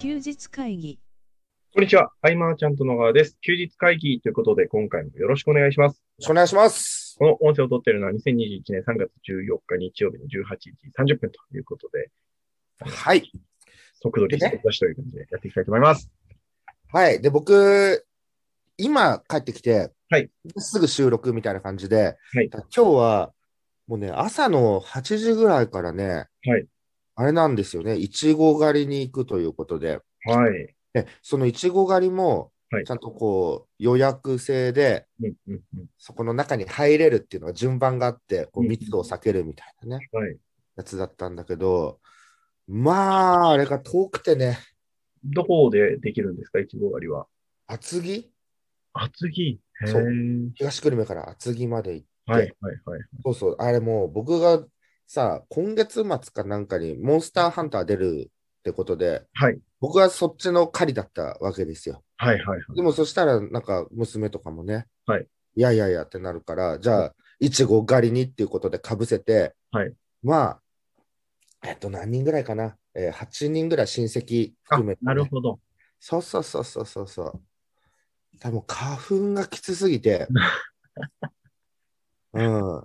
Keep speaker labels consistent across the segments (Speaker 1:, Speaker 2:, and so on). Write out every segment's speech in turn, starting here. Speaker 1: 休日会議。
Speaker 2: こんにちは。ハイマーちゃんと野川です。休日会議ということで、今回もよろしくお願いします。
Speaker 3: よろしくお願いします。
Speaker 2: この音声を撮っているのは2021年3月14日日曜日の18時30分ということで、
Speaker 3: はい。
Speaker 2: 速度リスト出しという感じでやっていきたいと思います。
Speaker 3: はい。で、僕、今帰ってきて、
Speaker 2: はい
Speaker 3: すぐ収録みたいな感じで、
Speaker 2: はい
Speaker 3: だ今日は、もうね、朝の8時ぐらいからね、
Speaker 2: はい
Speaker 3: あれなんですよね、いちご狩りに行くということで、
Speaker 2: はい。
Speaker 3: でそのいちご狩りも
Speaker 2: はい、
Speaker 3: ちゃんとこう、予約制で、
Speaker 2: うんうんうん。
Speaker 3: そこの中に入れるっていうのが順番があって、こう
Speaker 2: うん
Speaker 3: 密を避けるみたいなね、
Speaker 2: はい。
Speaker 3: やつだったんだけど、まあ、あれが遠くてね、
Speaker 2: どこでできるんですか、いちご狩りは。
Speaker 3: 厚木
Speaker 2: 厚木。へー
Speaker 3: そう東久留米から厚木まで行って、
Speaker 2: はいはいはい。
Speaker 3: そうそう、あれもう僕がさ、今月末かなんかにモンスターハンター出るってことで、
Speaker 2: はい
Speaker 3: 僕はそっちの狩りだったわけですよ。
Speaker 2: はいはいはい。
Speaker 3: でもそしたらなんか娘とかもね、
Speaker 2: はい、
Speaker 3: やいやいやってなるから、じゃあ、いちご狩りにっていうことでかぶせて、
Speaker 2: はい、
Speaker 3: まあ、えっと、何人ぐらいかな、えー、8人ぐらい親戚
Speaker 2: あ
Speaker 3: 含めて、ね。
Speaker 2: なるほど。
Speaker 3: そうそうそうそうそうそう。多分花粉がきつす ぎて。うん。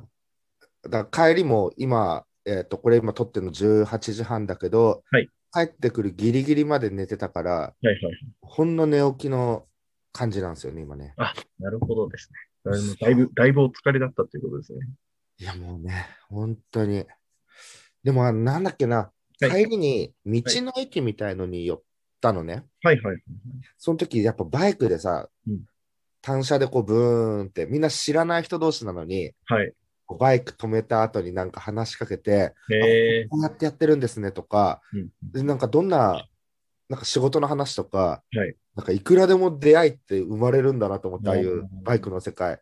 Speaker 3: だから帰りも今、えっ、と、これ今撮ってるの18時半だけど、
Speaker 2: はい
Speaker 3: 帰ってくるギリギリまで寝てたから、
Speaker 2: はいはい。
Speaker 3: ほんの寝起きの感じなんですよね、今ね。
Speaker 2: なるほどですね。だいぶだいぶ、だいぶお疲れだったということですね。
Speaker 3: いや、もうね、本当に。でも、あのなんだっけな、
Speaker 2: はい
Speaker 3: 帰りに道の駅みたいのに寄ったのね。
Speaker 2: はいはい。
Speaker 3: その時やっぱバイクでさ、
Speaker 2: うん
Speaker 3: 単車でこうブーンってみんな知らない人同士なのに
Speaker 2: はい。
Speaker 3: こうバイク止めた後になんか話しかけて、
Speaker 2: へー
Speaker 3: こうやってやってるんですねとか、
Speaker 2: うん
Speaker 3: でなんかどんななんか仕事の話とか、
Speaker 2: はい
Speaker 3: なんかいくらでも出会いって生まれるんだなと思って、ああい
Speaker 2: うんうん
Speaker 3: う
Speaker 2: うん
Speaker 3: バイクの世界。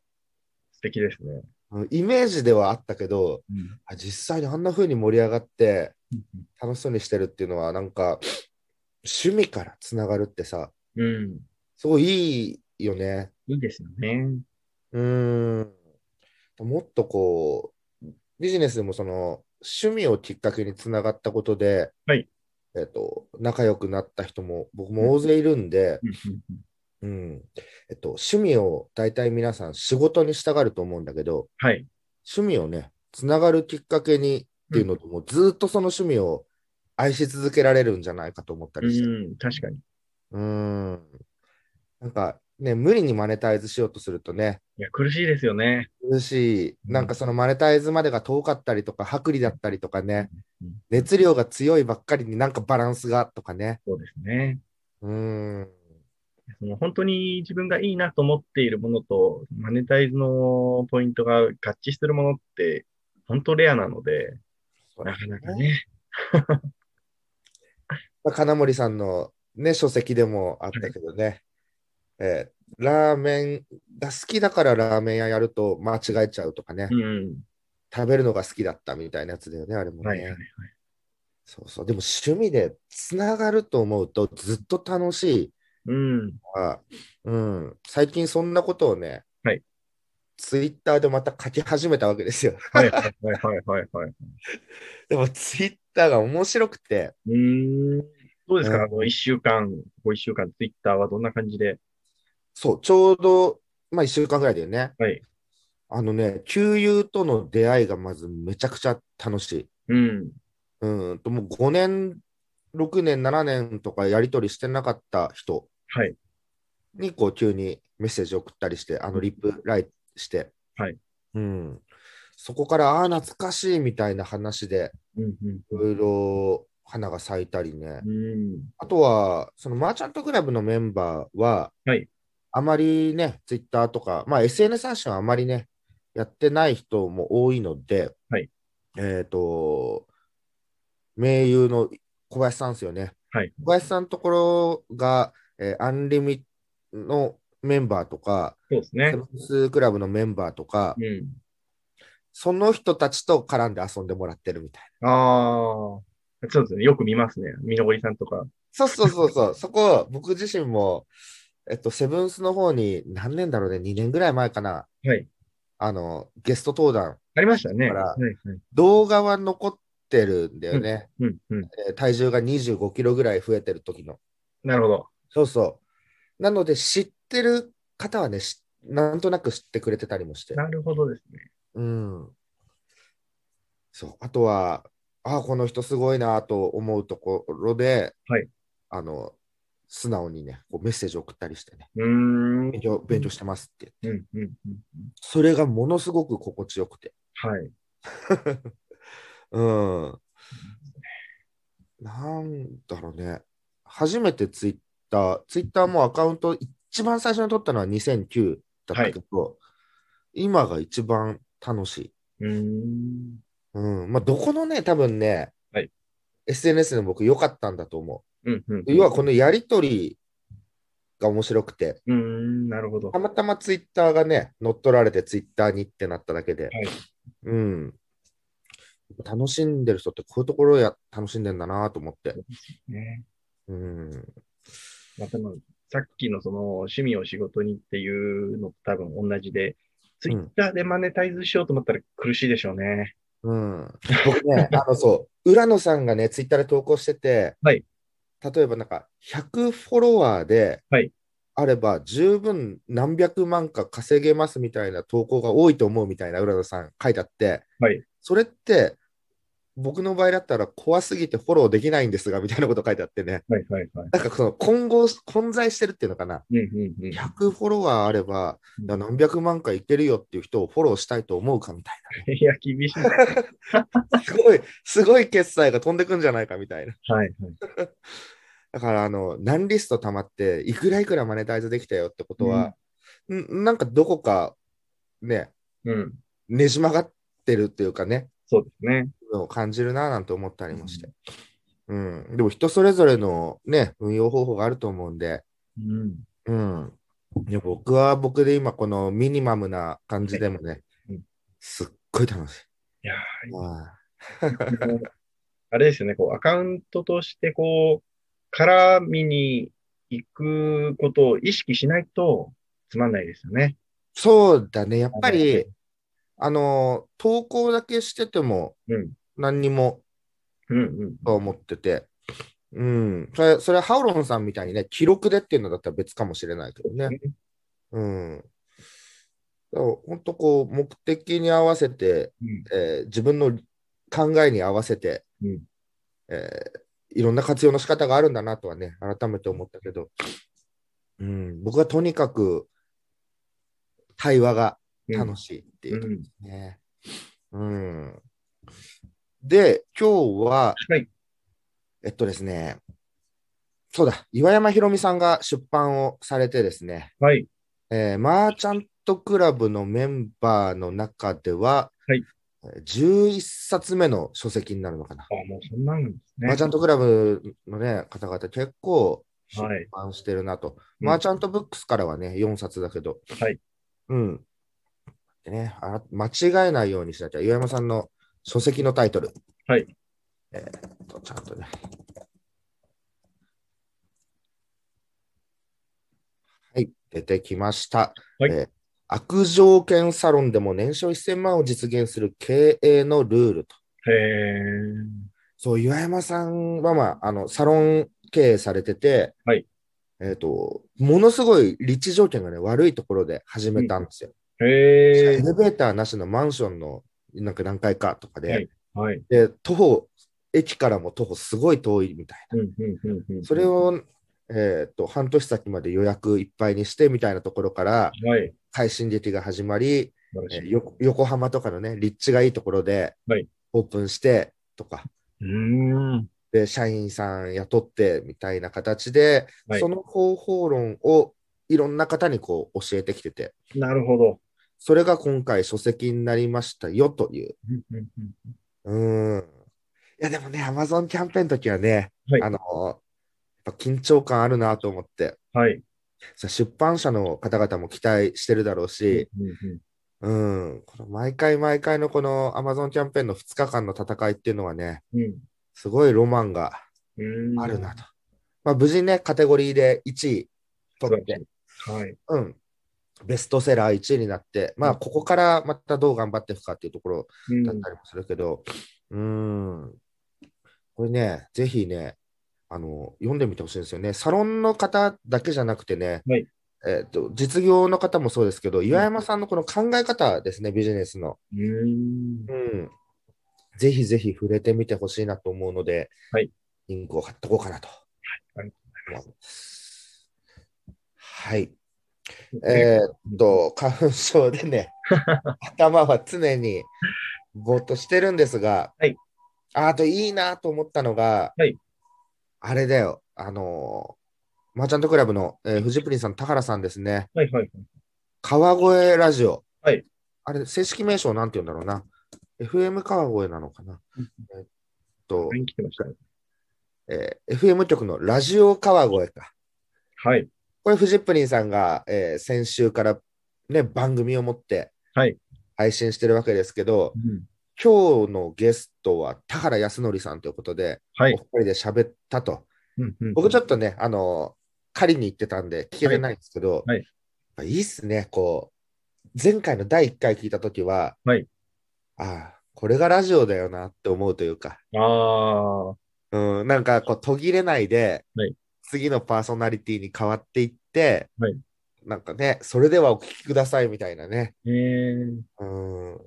Speaker 2: 素敵ですね。
Speaker 3: うんイメージではあったけど、
Speaker 2: うん
Speaker 3: あ実際にあんな風に盛り上がって
Speaker 2: うん
Speaker 3: 楽しそうにしてるっていうのは、なんか趣味からつながるってさ、
Speaker 2: うん。
Speaker 3: すごいいいよね。
Speaker 2: いいですよね。
Speaker 3: うーん。もっとこう、ビジネスでもその趣味をきっかけにつながったことで、
Speaker 2: はい
Speaker 3: えっと、仲良くなった人も僕も大勢いるんで、
Speaker 2: うんうんうん
Speaker 3: うん。えっと、趣味を大体皆さん仕事にしたがると思うんだけど、
Speaker 2: はい。
Speaker 3: 趣味をね、つながるきっかけにっていうのと、もうずっとその趣味を愛し続けられるんじゃないかと思った
Speaker 2: う
Speaker 3: りして。
Speaker 2: ん、確かに。
Speaker 3: うーん。なんかね、無理にマネタイズしようとするとね、
Speaker 2: いや、苦しいですよね。
Speaker 3: 苦しい、
Speaker 2: うん
Speaker 3: なんかそのマネタイズまでが遠かったりとか、薄利だったりとかね
Speaker 2: うんうん、
Speaker 3: 熱量が強いばっかりになんかバランスがとかね。
Speaker 2: そうですね。
Speaker 3: うーん。
Speaker 2: その本当に自分がいいなと思っているものと、マネタイズのポイントが合致するものって、本当レアなので、なかなかね。
Speaker 3: まあ金森さんのね、書籍でもあったけどね、えーラーメンが好きだからラーメン屋やると間違えちゃうとかね、
Speaker 2: うん。
Speaker 3: 食べるのが好きだったみたいなやつだよね、あれもね。
Speaker 2: はいはいはい。
Speaker 3: そうそう。でも趣味でつながると思うとずっと楽しい。
Speaker 2: うん。
Speaker 3: あうん、最近そんなことをね、
Speaker 2: はい
Speaker 3: ツイッターでまた書き始めたわけですよ。
Speaker 2: はいはいはいはいはい。
Speaker 3: でもツイッターが面白くて、
Speaker 2: うーん。どうです
Speaker 3: うん
Speaker 2: かあの、一週間、ここ一週間、ツイッターはどんな感じで
Speaker 3: そう、ちょうど、まあ、1週間ぐらいだよね。
Speaker 2: はい
Speaker 3: あのね、旧友との出会いがまずめちゃくちゃ楽しい。
Speaker 2: うん。
Speaker 3: うんと、もう5年、6年、7年とかやり取りしてなかった人
Speaker 2: はい。
Speaker 3: にこう急にメッセージ送ったりして、あのリプライして、
Speaker 2: はい
Speaker 3: うん、そこから、ああー、懐かしいみたいな話で、
Speaker 2: うんうん
Speaker 3: いろいろ花が咲いたりね。
Speaker 2: うん。
Speaker 3: あとは、そのマーチャントクラブのメンバーは、
Speaker 2: はい
Speaker 3: あまりね、ツイッターとか、まあ、SNS 発信はあまりね、やってない人も多いので、
Speaker 2: はい
Speaker 3: えっ、と、盟友の小林さんですよね。
Speaker 2: はい
Speaker 3: 小林さんのところが、えーアンリミのメンバーとか、
Speaker 2: そうです
Speaker 3: セ
Speaker 2: ね
Speaker 3: ブ。ンスクラブのメンバーとか、
Speaker 2: うん。
Speaker 3: その人たちと絡んで遊んでもらってるみたいな。
Speaker 2: ああ、そうですね。よく見ますね。みのぼりさんとか。
Speaker 3: そうそうそうそう、 そこ、僕自身も、えっと、セブンスの方に何年だろうね、2年ぐらい前かな、
Speaker 2: はい。
Speaker 3: あの、ゲスト登壇、
Speaker 2: ありましたね。
Speaker 3: だから
Speaker 2: はいはい。
Speaker 3: 動画は残ってるんだよね。
Speaker 2: うんうん。
Speaker 3: えー体重が25キロぐらい増えてる時の。
Speaker 2: なるほど。
Speaker 3: そうそう。なので、知ってる方はね、しなんとなく知ってくれてたりもして。
Speaker 2: なるほどですね。
Speaker 3: うん。そう。あとは、ああ、この人すごいなと思うところで、
Speaker 2: はい
Speaker 3: あの、素直にね、こうメッセージ送ったりしてね、
Speaker 2: うーん。
Speaker 3: 勉強勉強してますって。
Speaker 2: うんうんうん。
Speaker 3: それがものすごく心地よくて。
Speaker 2: はい。
Speaker 3: うん。なんだろうね。初めてツイッター、ツイッターもアカウント一番最初に取ったのは2009だったけど、今が一番楽しい。
Speaker 2: うーん。
Speaker 3: うん。まあ、どこのね、多分ね、
Speaker 2: はい、
Speaker 3: SNS の僕良かったんだと思
Speaker 2: うんうん
Speaker 3: う。要はこのやりとりが面白くて、
Speaker 2: うーん、なるほど
Speaker 3: た。またまツイッターがね、乗っ取られてツイッターにってなっただけで、
Speaker 2: い
Speaker 3: うん。楽しんでる人ってこういうところや楽しんでんだなと思って。
Speaker 2: ね、
Speaker 3: うん。
Speaker 2: またまあさっきのその趣味を仕事にっていうのと多分同じで、ツイッターでマネタイズしようと思ったら苦しいでしょうね。
Speaker 3: うん。僕ね、 あのそう、浦野さんがね、ツイッターで投稿してて、
Speaker 2: はい
Speaker 3: 例えばなんか、100フォロワーで、
Speaker 2: はい
Speaker 3: あれば十分何百万か稼げますみたいな投稿が多いと思うみたいな浦野さん書いてあって、
Speaker 2: はい
Speaker 3: それって、僕の場合だったら怖すぎてフォローできないんですが、みたいなこと書いてあってね。
Speaker 2: はいはいはい。
Speaker 3: なんかその混合、混在してるっていうのかな。
Speaker 2: うんうんうん。
Speaker 3: 100フォロワーあれば、
Speaker 2: うん
Speaker 3: いや何百万回いけるよっていう人をフォローしたいと思うかみたい
Speaker 2: いや、厳しい。はい
Speaker 3: な。すごい、すごい決済が飛んでくんじゃないかみたいな。
Speaker 2: はい。
Speaker 3: だから、あの、何リスト溜まって、いくらいくらマネタイズできたよってことは、んなんかどこか、ね、
Speaker 2: うん。
Speaker 3: ねじ曲がってるっていうかね、
Speaker 2: そうですね。
Speaker 3: のを感じるななんて思ったりもして。うん。でも人それぞれのね、運用方法があると思うんで、
Speaker 2: うん。
Speaker 3: うん。いや、僕は僕で今、このミニマムな感じでもね
Speaker 2: うん、
Speaker 3: すっごい楽し
Speaker 2: いや
Speaker 3: い。は
Speaker 2: ー、もうあれですよね、こう、アカウントとして、こう、絡みに行くことを意識しないとつまんないですよね。
Speaker 3: いそうだね。やっぱ
Speaker 2: は
Speaker 3: り
Speaker 2: い、
Speaker 3: あの、投稿だけしてても
Speaker 2: うん。
Speaker 3: 何にも
Speaker 2: うんうん。
Speaker 3: と思ってて、うん。それ、それはハオロンさんみたいにね、記録でっていうのだったら別かもしれないけどね。うん。だから本当こう、目的に合わせて、
Speaker 2: うん
Speaker 3: えー自分の考えに合わせて、
Speaker 2: うん
Speaker 3: えーいろんな活用の仕方があるんだなとはね、改めて思ったけど、うん、僕はとにかく対話が楽しいっていううとこ
Speaker 2: ん。
Speaker 3: ろね。うんで、今日は、
Speaker 2: はい。
Speaker 3: えっとですね、そうだ、岩山ひろみさんが出版をされてですね、
Speaker 2: はい。
Speaker 3: えーマーチャントクラブのメンバーの中では、
Speaker 2: はい
Speaker 3: えー11冊目の書籍になるのかな。
Speaker 2: あ、もうそんなんですね。
Speaker 3: マーチャントクラブの、ね、方々、結構出
Speaker 2: はい
Speaker 3: 版してるなと。
Speaker 2: うん
Speaker 3: マーチャントブックスからはね、4冊だけど、
Speaker 2: はい
Speaker 3: うんでねあ。間違えないようにしなきゃ、岩山さんの書籍のタイトル。
Speaker 2: はい。
Speaker 3: えーっと、ちゃんとね。はい、出てきました。
Speaker 2: はい
Speaker 3: えー悪条件サロンでも年商1000万を実現する経営のルールと。
Speaker 2: へー
Speaker 3: そう、岩山さんは、まあ、あの、サロン経営されてて、
Speaker 2: はい
Speaker 3: えっ、と、ものすごい立地条件がね、悪いところで始めたんですよ。
Speaker 2: へえ。
Speaker 3: エレベーターなしのマンションの、なんか何階かとかで、
Speaker 2: はい。
Speaker 3: で、徒歩、駅からも徒歩すごい遠いみたい
Speaker 2: うんうんうんうん。
Speaker 3: な。それを、えっ、と、半年先まで予約いっぱいにしてみたいなところから、
Speaker 2: はい。
Speaker 3: 快進撃が始まり、
Speaker 2: 素晴ら
Speaker 3: え
Speaker 2: し
Speaker 3: ー
Speaker 2: い。
Speaker 3: よ横浜とかのね、立地がいいところで
Speaker 2: はい、
Speaker 3: オープンしてとか、
Speaker 2: うーん。
Speaker 3: で、社員さん雇ってみたいな形で、
Speaker 2: はい
Speaker 3: その方法論をいろんな方にこう教えてきてて、
Speaker 2: なるほど。
Speaker 3: それが今回書籍になりましたよという。
Speaker 2: うんうんうん
Speaker 3: うん。いや、でもね、Amazon キャンペーンの時はね、
Speaker 2: はい
Speaker 3: あの、やっぱ緊張感あるなと思って、
Speaker 2: はい。
Speaker 3: さ出版社の方々も期待してるだろうし、
Speaker 2: うんうん
Speaker 3: うん、この毎回毎回のこの Amazon キャンペーンの2日間の戦いっていうのはね、
Speaker 2: うん
Speaker 3: すごいロマンが
Speaker 2: うん
Speaker 3: あるなと。まあ、無事ね、カテゴリーで1位取って、
Speaker 2: はい。
Speaker 3: うん、ベストセラー1位になって、まあ、ここからまたどう頑張っていくかっていうところ
Speaker 2: うん
Speaker 3: だったりもするけど、うーん、これね、ぜひね、あの、読んでみてほしいんですよね。サロンの方だけじゃなくてね、
Speaker 2: はい
Speaker 3: えっと、実業の方もそうですけど、岩山さんのこの考え方ですね、ビジネスの。
Speaker 2: うーん。
Speaker 3: うん。ぜひぜひ触れてみてほしいなと思うので、
Speaker 2: はい
Speaker 3: リンクを貼っとこうかなと。
Speaker 2: あり
Speaker 3: 思いますはい。えーっと、花粉症 でね、頭は常にぼーっとしてるんですが、
Speaker 2: はい
Speaker 3: ああといいなと思ったのが、
Speaker 2: はい
Speaker 3: あれだよ、あのーマーチャントクラブの、えー、フジプリンさん、田原さんですね、
Speaker 2: はいはいはい。
Speaker 3: 川越ラジオ、
Speaker 2: はい
Speaker 3: あれ、正式名称なんて言うんだろうな、FM 川越なのかな、
Speaker 2: うん
Speaker 3: えーっと、
Speaker 2: LINE 来てましたね。
Speaker 3: えー FM 局のラジオ川越か。
Speaker 2: はい。
Speaker 3: これ、フジップリンさんが、えー先週から、ね、番組を持って
Speaker 2: はい
Speaker 3: 配信してるわけですけど、
Speaker 2: うん
Speaker 3: 今日のゲストは田原康則さんということで、
Speaker 2: はい
Speaker 3: お。二人で喋ったと。
Speaker 2: うんうん
Speaker 3: 僕ちょっとね、あのー借りに行ってたんで聞けてないんですけ
Speaker 2: は
Speaker 3: ど、
Speaker 2: いはい
Speaker 3: やっぱいいっすね、こう、前回の第1回聞いたときは、
Speaker 2: はい
Speaker 3: ああ、これがラジオだよなって思うというか、
Speaker 2: ああ、
Speaker 3: うん、なんかこう途切れないで、
Speaker 2: はい
Speaker 3: 次のパーソナリティに変わっていって、
Speaker 2: はい
Speaker 3: なんかね、それではお聞きくださいみたいなね。
Speaker 2: ええ
Speaker 3: うん、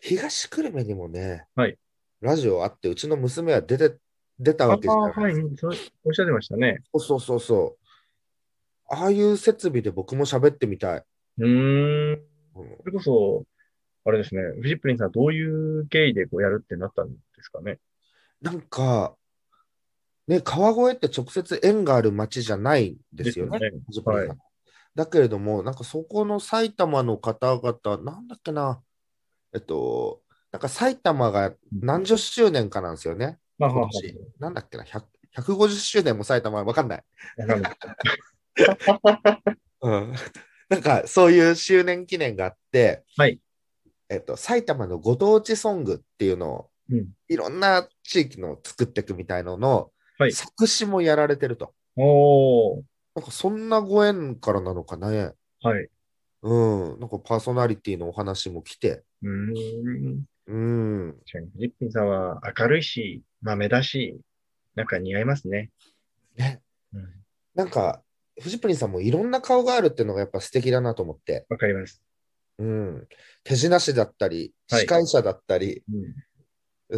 Speaker 3: 東久留米にもね、
Speaker 2: はい
Speaker 3: ラジオあって、うちの娘は出て出た
Speaker 2: あ
Speaker 3: わけじゃ
Speaker 2: あ、
Speaker 3: な
Speaker 2: はいい。そうおっしゃってましたね。
Speaker 3: そうそうそうそう。ああいう設備で僕も喋ってみたい。
Speaker 2: うーん。
Speaker 3: うん
Speaker 2: それこそ、あれですね、フジップリンさん、どういう経緯でこうやるってなったんですかね。
Speaker 3: なんか、ね、川越って直接縁がある町じゃないんですよね。
Speaker 2: ですよね
Speaker 3: ズボンさん
Speaker 2: は
Speaker 3: だけれども、なんかそこの埼玉の方々、なんだっけな、えっと、なんか埼玉が何十周年かなんですよね、
Speaker 2: まあまあ
Speaker 3: 今年。なんだっけな、100 150周年も埼玉、わかんない。
Speaker 2: まあ、わかんない
Speaker 3: うん、 なんかそういう周年記念があって、
Speaker 2: はい
Speaker 3: えっと、埼玉のご当地ソングっていうのを、
Speaker 2: うん
Speaker 3: いろんな地域の作っていくみたいのの、
Speaker 2: はい
Speaker 3: 作詞もやられてると。
Speaker 2: おー、
Speaker 3: なんかそんなご縁からなのかね。
Speaker 2: はい。う
Speaker 3: うん。なんかパーソナリティのお話も来て。
Speaker 2: ーん。
Speaker 3: うん。
Speaker 2: 確かに、フジップリンさんは明るいし、豆だし、なんか似合いますね。
Speaker 3: ね。
Speaker 2: うん。
Speaker 3: なんか、フジプリンさんもいろんな顔があるっていうのがやっぱ素敵だなと思って。
Speaker 2: わかります。
Speaker 3: うん。手品師だったり、
Speaker 2: はい
Speaker 3: 司会者だったり、
Speaker 2: うん。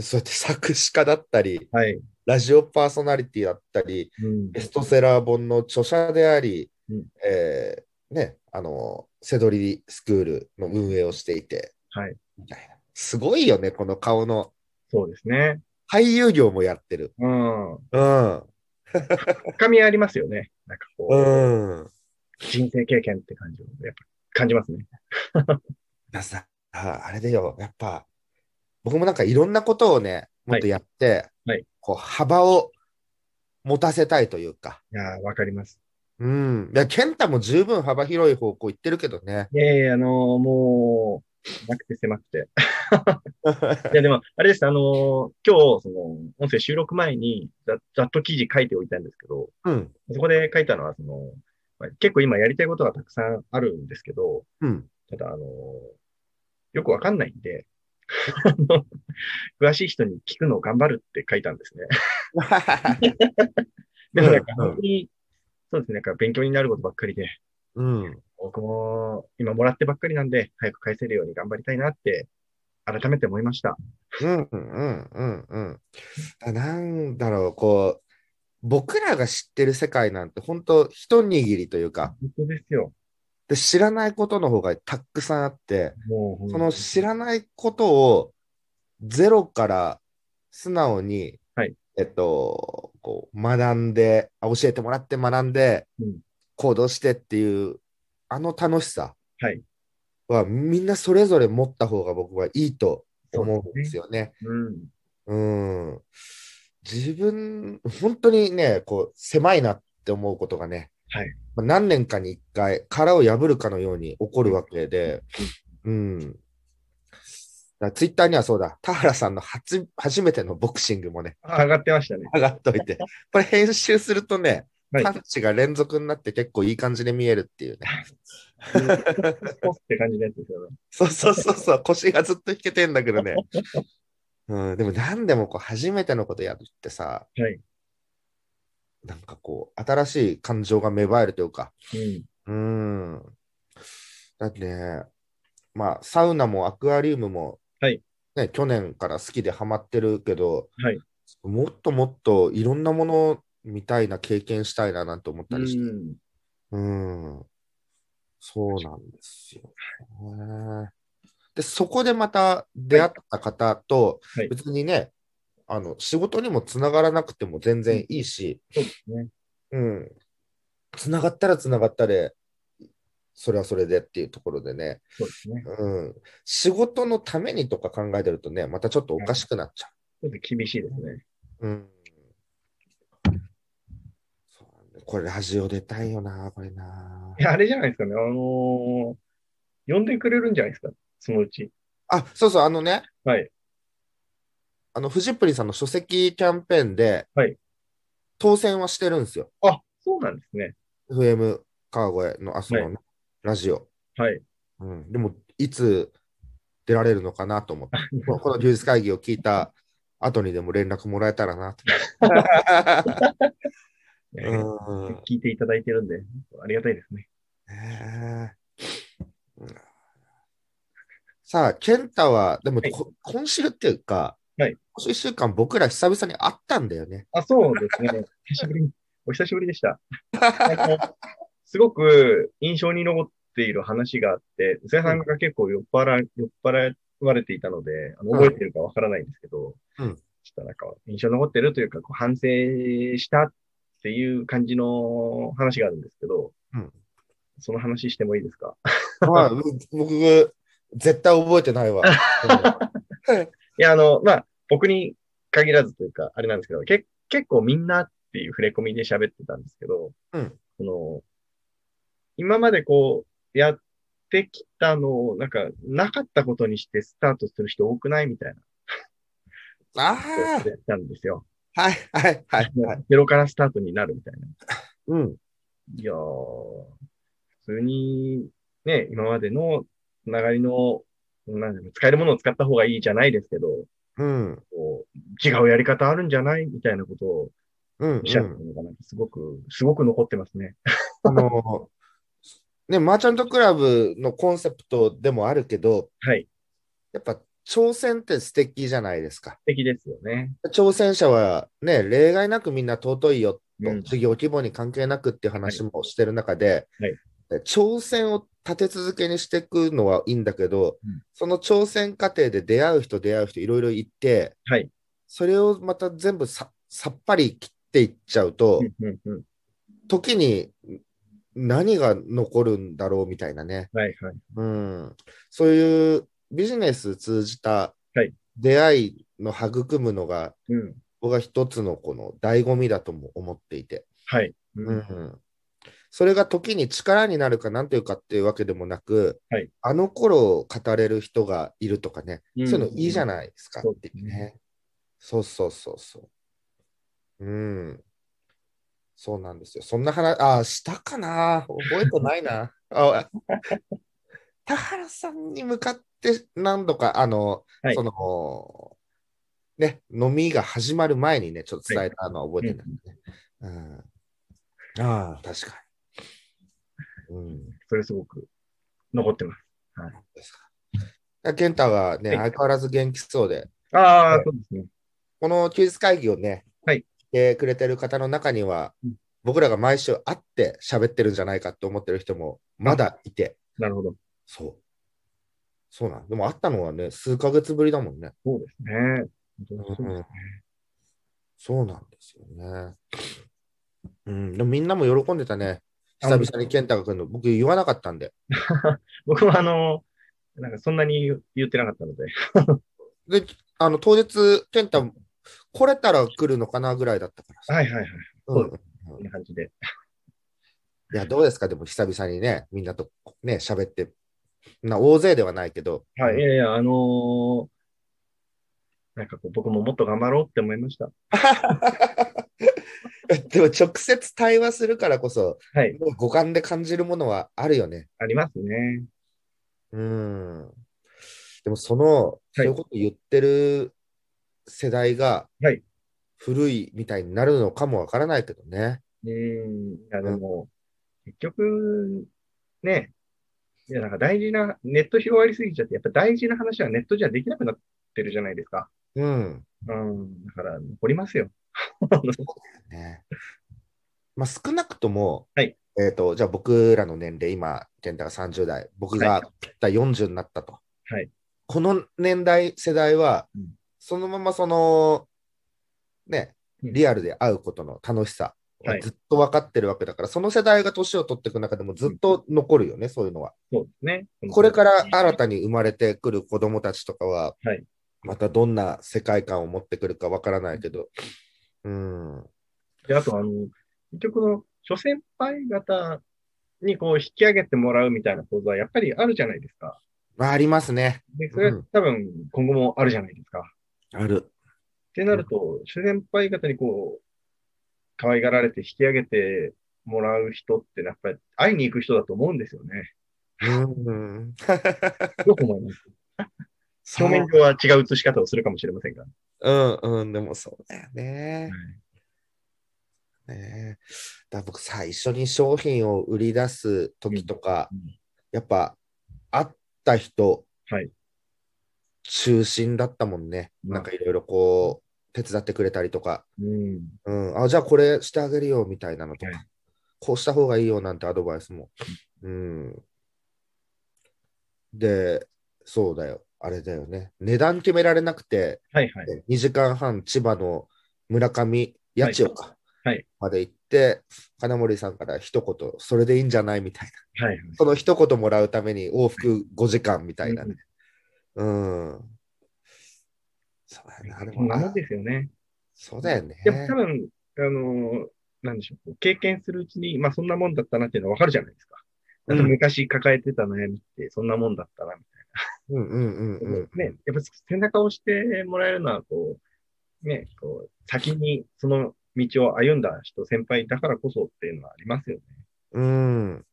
Speaker 3: そうやって作詞家だったり、
Speaker 2: はい。
Speaker 3: ラジオパーソナリティだったり、
Speaker 2: うん
Speaker 3: ベストセラー本の著者であり、
Speaker 2: うん
Speaker 3: えーね、あの、セドリスクールの運営をしていて、
Speaker 2: はい。
Speaker 3: みたいな。すごいよね、この顔の。
Speaker 2: そうですね。
Speaker 3: 俳優業もやってる。
Speaker 2: うん。
Speaker 3: うん。
Speaker 2: 深みありますよね。なんかこう、
Speaker 3: うん。
Speaker 2: 人生経験って感じを、やっぱ感じますね。
Speaker 3: ださ、ああれだよ、やっぱ、僕もなんかいろんなことをね、もっとやって、
Speaker 2: はい
Speaker 3: こう幅を持たせたいというか、
Speaker 2: いやー、わかります。
Speaker 3: うん。いや、健太も十分幅広い方向行ってるけど ね。
Speaker 2: いやいや、あのーもう、なくて狭くて。 いや、でも、あれです、あのー今日、その、音声収録前にざ、ざっと記事書いておいたんですけど、
Speaker 3: うん。
Speaker 2: そこで書いたのは、その、まあ結構今やりたいことがたくさんあるんですけど、
Speaker 3: うん。
Speaker 2: ただ、あのーよくわかんないんで、 あの詳しい人に聞くのを頑張るって書いたんですね。でもなんか、本当に、そうですね、なんか勉強になることばっかりで、
Speaker 3: うん。
Speaker 2: 僕も今もらってばっかりなんで、早く返せるように頑張りたいなって、改めて思いました。
Speaker 3: うん。うん。うん。うん。だなんだろう、こう、僕らが知ってる世界なんて、本当一握りというか、
Speaker 2: 本当ですよ。
Speaker 3: で、知らないことの方がたくさんあって、
Speaker 2: もう、
Speaker 3: その知らないことをゼロから素直に、
Speaker 2: はい
Speaker 3: えっと、こう学んで、あ教えてもらって学んで、
Speaker 2: うん
Speaker 3: 行動してっていう、あの楽しさ
Speaker 2: はい
Speaker 3: はみんなそれぞれ持った方が僕はいいと思
Speaker 2: そううん
Speaker 3: で
Speaker 2: です
Speaker 3: すよね。
Speaker 2: うん。
Speaker 3: うん。自分、本当にね、こう、狭いなって思うことがね、
Speaker 2: はい
Speaker 3: まあ何年かに一回、殻を破るかのように起こるわけで、うん。だツイッターにはそうだ、田原さんの初初めてのボクシング もね、
Speaker 2: 上がってましたね。
Speaker 3: 上がっといて、これ編集するとね、
Speaker 2: はい
Speaker 3: パンチが連続になって結構いい感じで見えるっていうね。
Speaker 2: ポスって感じのやつですよね。
Speaker 3: そうそうそうそう、腰がずっと引けてんだけどね。うん、でも何でもこう初めてのことやるってさ、
Speaker 2: はい
Speaker 3: なんかこう、新しい感情が芽生えるというか、
Speaker 2: うん。
Speaker 3: うん。だってね、まあ、サウナもアクアリウムも、
Speaker 2: はい
Speaker 3: ね、去年から好きでハマってるけど、
Speaker 2: はい
Speaker 3: もっともっといろんなもの見たいな、経験したいななんて思ったりして、
Speaker 2: うん
Speaker 3: うん、そうなんですよね。で、そこでまた出会った方と、
Speaker 2: はい
Speaker 3: 別にね、あの仕事にもつながらなくても全然いいし、
Speaker 2: そうですね。
Speaker 3: うん。つながったらつながったで、それはそれでっていうところでね、
Speaker 2: そうですね。
Speaker 3: うん。仕事のためにとか考えてるとね、またちょっとおかしくなっちゃ
Speaker 2: ちょっと厳しいですね。
Speaker 3: う。うん。そうなんだこれラジオ出たいよな、これな。
Speaker 2: いや、あれじゃないですかね。あのー呼んでくれるんじゃないですか。そのうち。
Speaker 3: あ、そうそう、あのね、
Speaker 2: はい。
Speaker 3: あの、フジプリさんの書籍キャンペーンで、
Speaker 2: はい
Speaker 3: 当選はしてるんですよ。
Speaker 2: あ、そうなんですね。
Speaker 3: FM 川越の明日のね、ラジオ。
Speaker 2: はい。
Speaker 3: うん、でも、いつ出られるのかな と思って、このこの休日会議を聞いた後にでも連絡もらえた らなと。うん
Speaker 2: 聞いていただいてるんで、ありがたいですね。
Speaker 3: ねえうんさあ、健太は、でもこ、今週っていうか、
Speaker 2: はい
Speaker 3: 今週1週間、僕ら久々に会ったんだよね。
Speaker 2: あ、そうですね。久しぶりに、お久しぶりでした。あのすごく印象に残っている話があって、瀬谷さんが結構酔っ払い酔っ払われていたので、あの
Speaker 3: うん
Speaker 2: 覚えてるかわからないんですけど、
Speaker 3: うん
Speaker 2: ちょっとなんか印象に残ってるというか、こう反省したっていう感じの話があるんですけど、
Speaker 3: うん
Speaker 2: その話してもいいですか
Speaker 3: まあ、僕、僕絶対覚えて ないわ。
Speaker 2: いや、あの、まあ、僕に限らずというか、あれなんですけど、け結構みんなっていう触れ込みで喋ってたんですけど、
Speaker 3: うん
Speaker 2: その、今までこう、やってきたのを、なんか、なかったことにしてスタートする人多くないみたいな
Speaker 3: あ
Speaker 2: ことを言ってたんですよ。
Speaker 3: あ、はい、はい、はい、はい。
Speaker 2: ゼロからスタートになるみたいな。
Speaker 3: うん、
Speaker 2: いやー、普通に、ね、今までの流れの、なんだろう使えるものを使った方がいいじゃないですけど、
Speaker 3: うん、
Speaker 2: こう違うやり方あるんじゃないみたいなことを
Speaker 3: うん、う
Speaker 2: おっしゃって
Speaker 3: ん
Speaker 2: た。のがなんかすごく、すごく残ってますね。
Speaker 3: あの、ね、マーチャントクラブのコンセプトでもあるけど、
Speaker 2: はい。
Speaker 3: やっぱ挑戦って素敵じゃないですか。
Speaker 2: 素敵ですよね。
Speaker 3: 挑戦者はね、例外なくみんな尊いよと、
Speaker 2: うん
Speaker 3: 事業規模に関係なくっていう話もしてる中で、
Speaker 2: はい
Speaker 3: で挑戦を立て続けにしていくのはいいんだけど、
Speaker 2: うん
Speaker 3: その挑戦過程で出会う人、出会う人、いろいろいて、
Speaker 2: はい
Speaker 3: それをまた全部ささっぱり切っていっちゃうと、
Speaker 2: うんうんうん。
Speaker 3: 時に何が残るんだろうみたいなね。
Speaker 2: はいはい。
Speaker 3: うん、そういうビジネス通じた
Speaker 2: はい
Speaker 3: 出会いの育むのが、
Speaker 2: うん。
Speaker 3: 僕は一つのこの醍醐味だとも思っていて、
Speaker 2: はい。う
Speaker 3: うん
Speaker 2: ん。
Speaker 3: それが時に力になるかなんというかっていうわけでもなく、
Speaker 2: はい
Speaker 3: あの頃を語れる人がいるとかね、
Speaker 2: うん
Speaker 3: そういうのいいじゃないですか
Speaker 2: そう
Speaker 3: って
Speaker 2: で
Speaker 3: い
Speaker 2: す
Speaker 3: う
Speaker 2: ね
Speaker 3: ね。そうそうそうそう。うん。そうなんですよ。そんな話、あ、したかな覚えてないな。あ田原さんに向かって何度か、あの、
Speaker 2: はい
Speaker 3: その、ね、飲みが始まる前にね、ちょっと伝えたのは覚えてないね。うん。ああ、確かに。うん。
Speaker 2: それすごく残ってま
Speaker 3: ですか。健太がね、
Speaker 2: はい
Speaker 3: 相変わらず元気そうで、
Speaker 2: す。あ
Speaker 3: は
Speaker 2: あ、そうですね。
Speaker 3: この休日会議をね、
Speaker 2: はい
Speaker 3: 来てくれてる方の中には
Speaker 2: うん、
Speaker 3: 僕らが毎週会って喋ってるんじゃないかって思ってる人もまだいて、
Speaker 2: なるほど。
Speaker 3: そう。そうなん。でも会ったのはね、数ヶ月ぶりだもんね。
Speaker 2: そうですね。本当にそうですね
Speaker 3: そうなんですよね。うん、でもみんなも喜んでたね。久々に健太君の、僕言わなかったんで。
Speaker 2: 僕はあの、なんかそんなに言ってなかったので、
Speaker 3: で、あの、当日、健太、来れたら来るのかなぐらいだったからさ。
Speaker 2: はいはいはい。
Speaker 3: う
Speaker 2: そ
Speaker 3: ん
Speaker 2: うこんな感じで。
Speaker 3: いや、どうですかでも久々にね、みんなとね、喋って、な大勢ではないけど、
Speaker 2: はい。いやいや、あのーなんかこう、僕ももっと頑張ろうって思いました。
Speaker 3: でも直接対話するからこそ、
Speaker 2: はい。
Speaker 3: もう五感で感じるものはあるよね。
Speaker 2: ありますね。
Speaker 3: うん。でもその、そういうこと言ってる世代が、
Speaker 2: はい
Speaker 3: 古いみたいになるのかもわからないけどね。
Speaker 2: うん、いや、でも、結局、ね、いや、なんか大事な、ネット広がりすぎちゃって、やっぱ大事な話はネットじゃできなくなってるじゃないですか。
Speaker 3: うん。
Speaker 2: うん、だから、残りますよ。
Speaker 3: ねまあ、少なくとも、
Speaker 2: はい
Speaker 3: えっ、と、じゃあ僕らの年齢、今、健太が30代、僕がぴったり40になったと。
Speaker 2: はい
Speaker 3: この年代、世代は、
Speaker 2: うん
Speaker 3: そのままその、ね、
Speaker 2: うん
Speaker 3: リアルで会うことの楽しさを
Speaker 2: はい
Speaker 3: ずっと分かってるわけだから、その世代が年を取っていく中でもずっと残るよね、そういうのは。
Speaker 2: そうですね。
Speaker 3: これから新たに生まれてくる子供たちとかは、
Speaker 2: はい
Speaker 3: またどんな世界観を持ってくるかわからないけど、うん、
Speaker 2: で、あと、あの、結局の、諸先輩方にこう引き上げてもらうみたいな構図はやっぱりあるじゃないですか。
Speaker 3: ありますね。
Speaker 2: で、それは多分今後もあるじゃないですか。っ
Speaker 3: ある。
Speaker 2: てなると、諸先輩方にこう、可愛がられて引き上げてもらう人って、やっぱり会いに行く人だと思うんですよね。
Speaker 3: うん、
Speaker 2: よく思います。 表面上は違う写し方をするかもしれませんが。
Speaker 3: うん、うん、でもそうだよね。ねえだから僕、最初に商品を売り出す時とか、
Speaker 2: うんうん
Speaker 3: やっぱ会った人、
Speaker 2: はい
Speaker 3: 中心だったもんね。
Speaker 2: まあ
Speaker 3: なんかいろいろこう、手伝ってくれたりとか。
Speaker 2: うん。
Speaker 3: うん、あ、じゃあこれしてあげるよみたいなのとか、
Speaker 2: は
Speaker 3: こうした方がいいよなんてアドバイスも。うん。で、そうだよ。あれだよね。値段決められなくて、
Speaker 2: はいはい。
Speaker 3: 2時間半千葉の村上八千代か、
Speaker 2: はい
Speaker 3: まで行って、金森さんから一言、それでいいんじゃないみたいな。
Speaker 2: はいはい。
Speaker 3: その一言もらうために往復5時間みたいなね。うん。そうだよね。あれ
Speaker 2: こん
Speaker 3: も
Speaker 2: なもん
Speaker 3: な。
Speaker 2: ですよね。
Speaker 3: そうだよね。
Speaker 2: でも多分、あのーなんでしょう、経験するうちに、まあそんなもんだったなっていうのはわかるじゃないですか。だって
Speaker 3: うん
Speaker 2: 昔抱えてた悩みって、そんなもんだったな、み
Speaker 3: うんうんうん
Speaker 2: た
Speaker 3: う
Speaker 2: いな。
Speaker 3: ん。
Speaker 2: ね、やっぱ背中を押してもらえるのは、こう、ね、こう、先にその道を歩んだ人、先輩だからこそっていうのはありますよね。
Speaker 3: うん。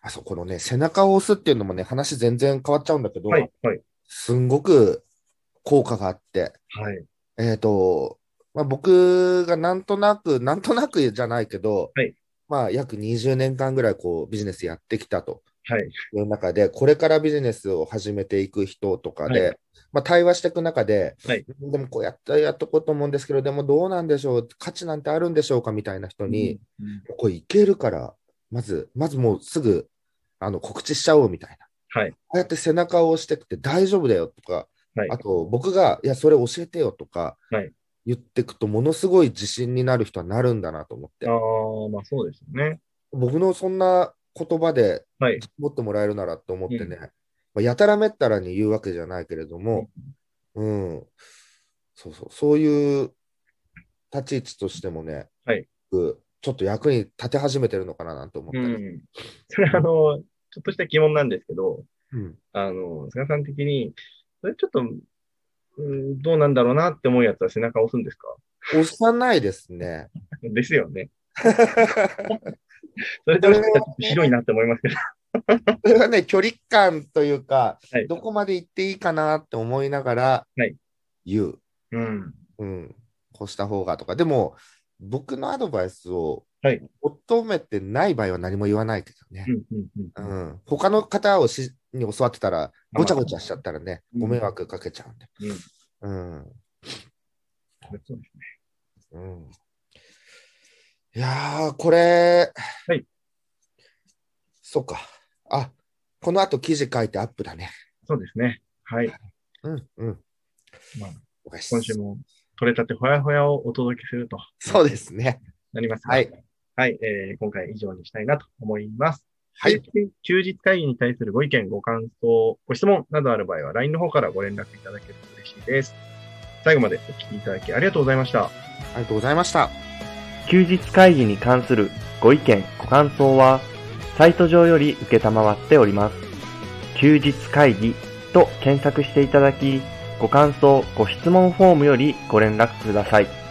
Speaker 3: あそこのね、背中を押すっていうのもね、話全然変わっちゃうんだけど、
Speaker 2: はい、はい、
Speaker 3: すんごく効果があって、
Speaker 2: はい、
Speaker 3: えっ、と、まあ、僕がなんとなく、なんとなくじゃないけど、
Speaker 2: はい
Speaker 3: まあ、約20年間ぐらいこうビジネスやってきたと
Speaker 2: はい、
Speaker 3: いう中で、これからビジネスを始めていく人とかで、
Speaker 2: は
Speaker 3: まあ、対話していく中で、
Speaker 2: はい
Speaker 3: でもこうやってやっとこうと思うんですけど、でもどうなんでしょう、価値なんてあるんでしょうかみたいな人に、
Speaker 2: うん
Speaker 3: これいけるから、まず、まずもうすぐあの告知しちゃおうみたいな。
Speaker 2: はい
Speaker 3: こうやって背中を押してくて大丈夫だよとか、
Speaker 2: はい
Speaker 3: あと僕が、いや、それ教えてよとか
Speaker 2: はい
Speaker 3: 言ってくと、ものすごい自信になる人はなるんだなと思って
Speaker 2: あ、あ、まあそうですよね。
Speaker 3: 僕のそんな言葉で
Speaker 2: はい、
Speaker 3: 持ってもらえるならと思ってね、
Speaker 2: うん
Speaker 3: まあやたらめったらに言うわけじゃないけれども、うん、そうそう、そういう立ち位置としてもね、
Speaker 2: はい
Speaker 3: 僕ちょっと役に立て始めてるのかななんて思った
Speaker 2: う
Speaker 3: り。
Speaker 2: ん。それあの、ちょっとした疑問なんですけど、
Speaker 3: うん
Speaker 2: あの、菅さん的に、それちょっと、うん、どうなんだろうなって思うやつは背中を押すんですか
Speaker 3: 押さないですね。
Speaker 2: ですよね。それでもなんかちょっとひどいなって思いますけど。
Speaker 3: それはね、距離感というか、
Speaker 2: はい
Speaker 3: どこまで行っていいかなって思いながら
Speaker 2: はい
Speaker 3: 言う、
Speaker 2: うん。
Speaker 3: うん、こうした方がとか、でも、僕のアドバイスを
Speaker 2: はい
Speaker 3: 求めてない場合は何も言わないけどね
Speaker 2: う、んうんうん
Speaker 3: うん他の方をしに教わってたら、ごちゃごちゃしちゃったらね、
Speaker 2: うん
Speaker 3: ご迷惑かけちゃうんで。
Speaker 2: うん
Speaker 3: うん
Speaker 2: そうですね
Speaker 3: うんいやー、これ、
Speaker 2: はい
Speaker 3: そうか。あ、この後記事書いてアップだね。
Speaker 2: そうですね。はい。
Speaker 3: うん、うん。
Speaker 2: まあ、
Speaker 3: おかしい
Speaker 2: 今週も取れたてほやほやをお届けすると
Speaker 3: そうですね。
Speaker 2: なりますが
Speaker 3: はい。
Speaker 2: はい、えー今回以上にしたいなと思います。
Speaker 3: は
Speaker 2: はい
Speaker 3: い。
Speaker 2: 休日会議に対するご意見、ご感想、ご質問などある場合は LINE の方からご連絡いただけると嬉しいです。最後までお聞きいただきありがとうございました。
Speaker 3: ありがとうございました。
Speaker 1: 休日会議に関するご意見、ご感想は、サイト上より受けたまわっております。休日会議と検索していただき、ご感想、ご質問フォームよりご連絡ください。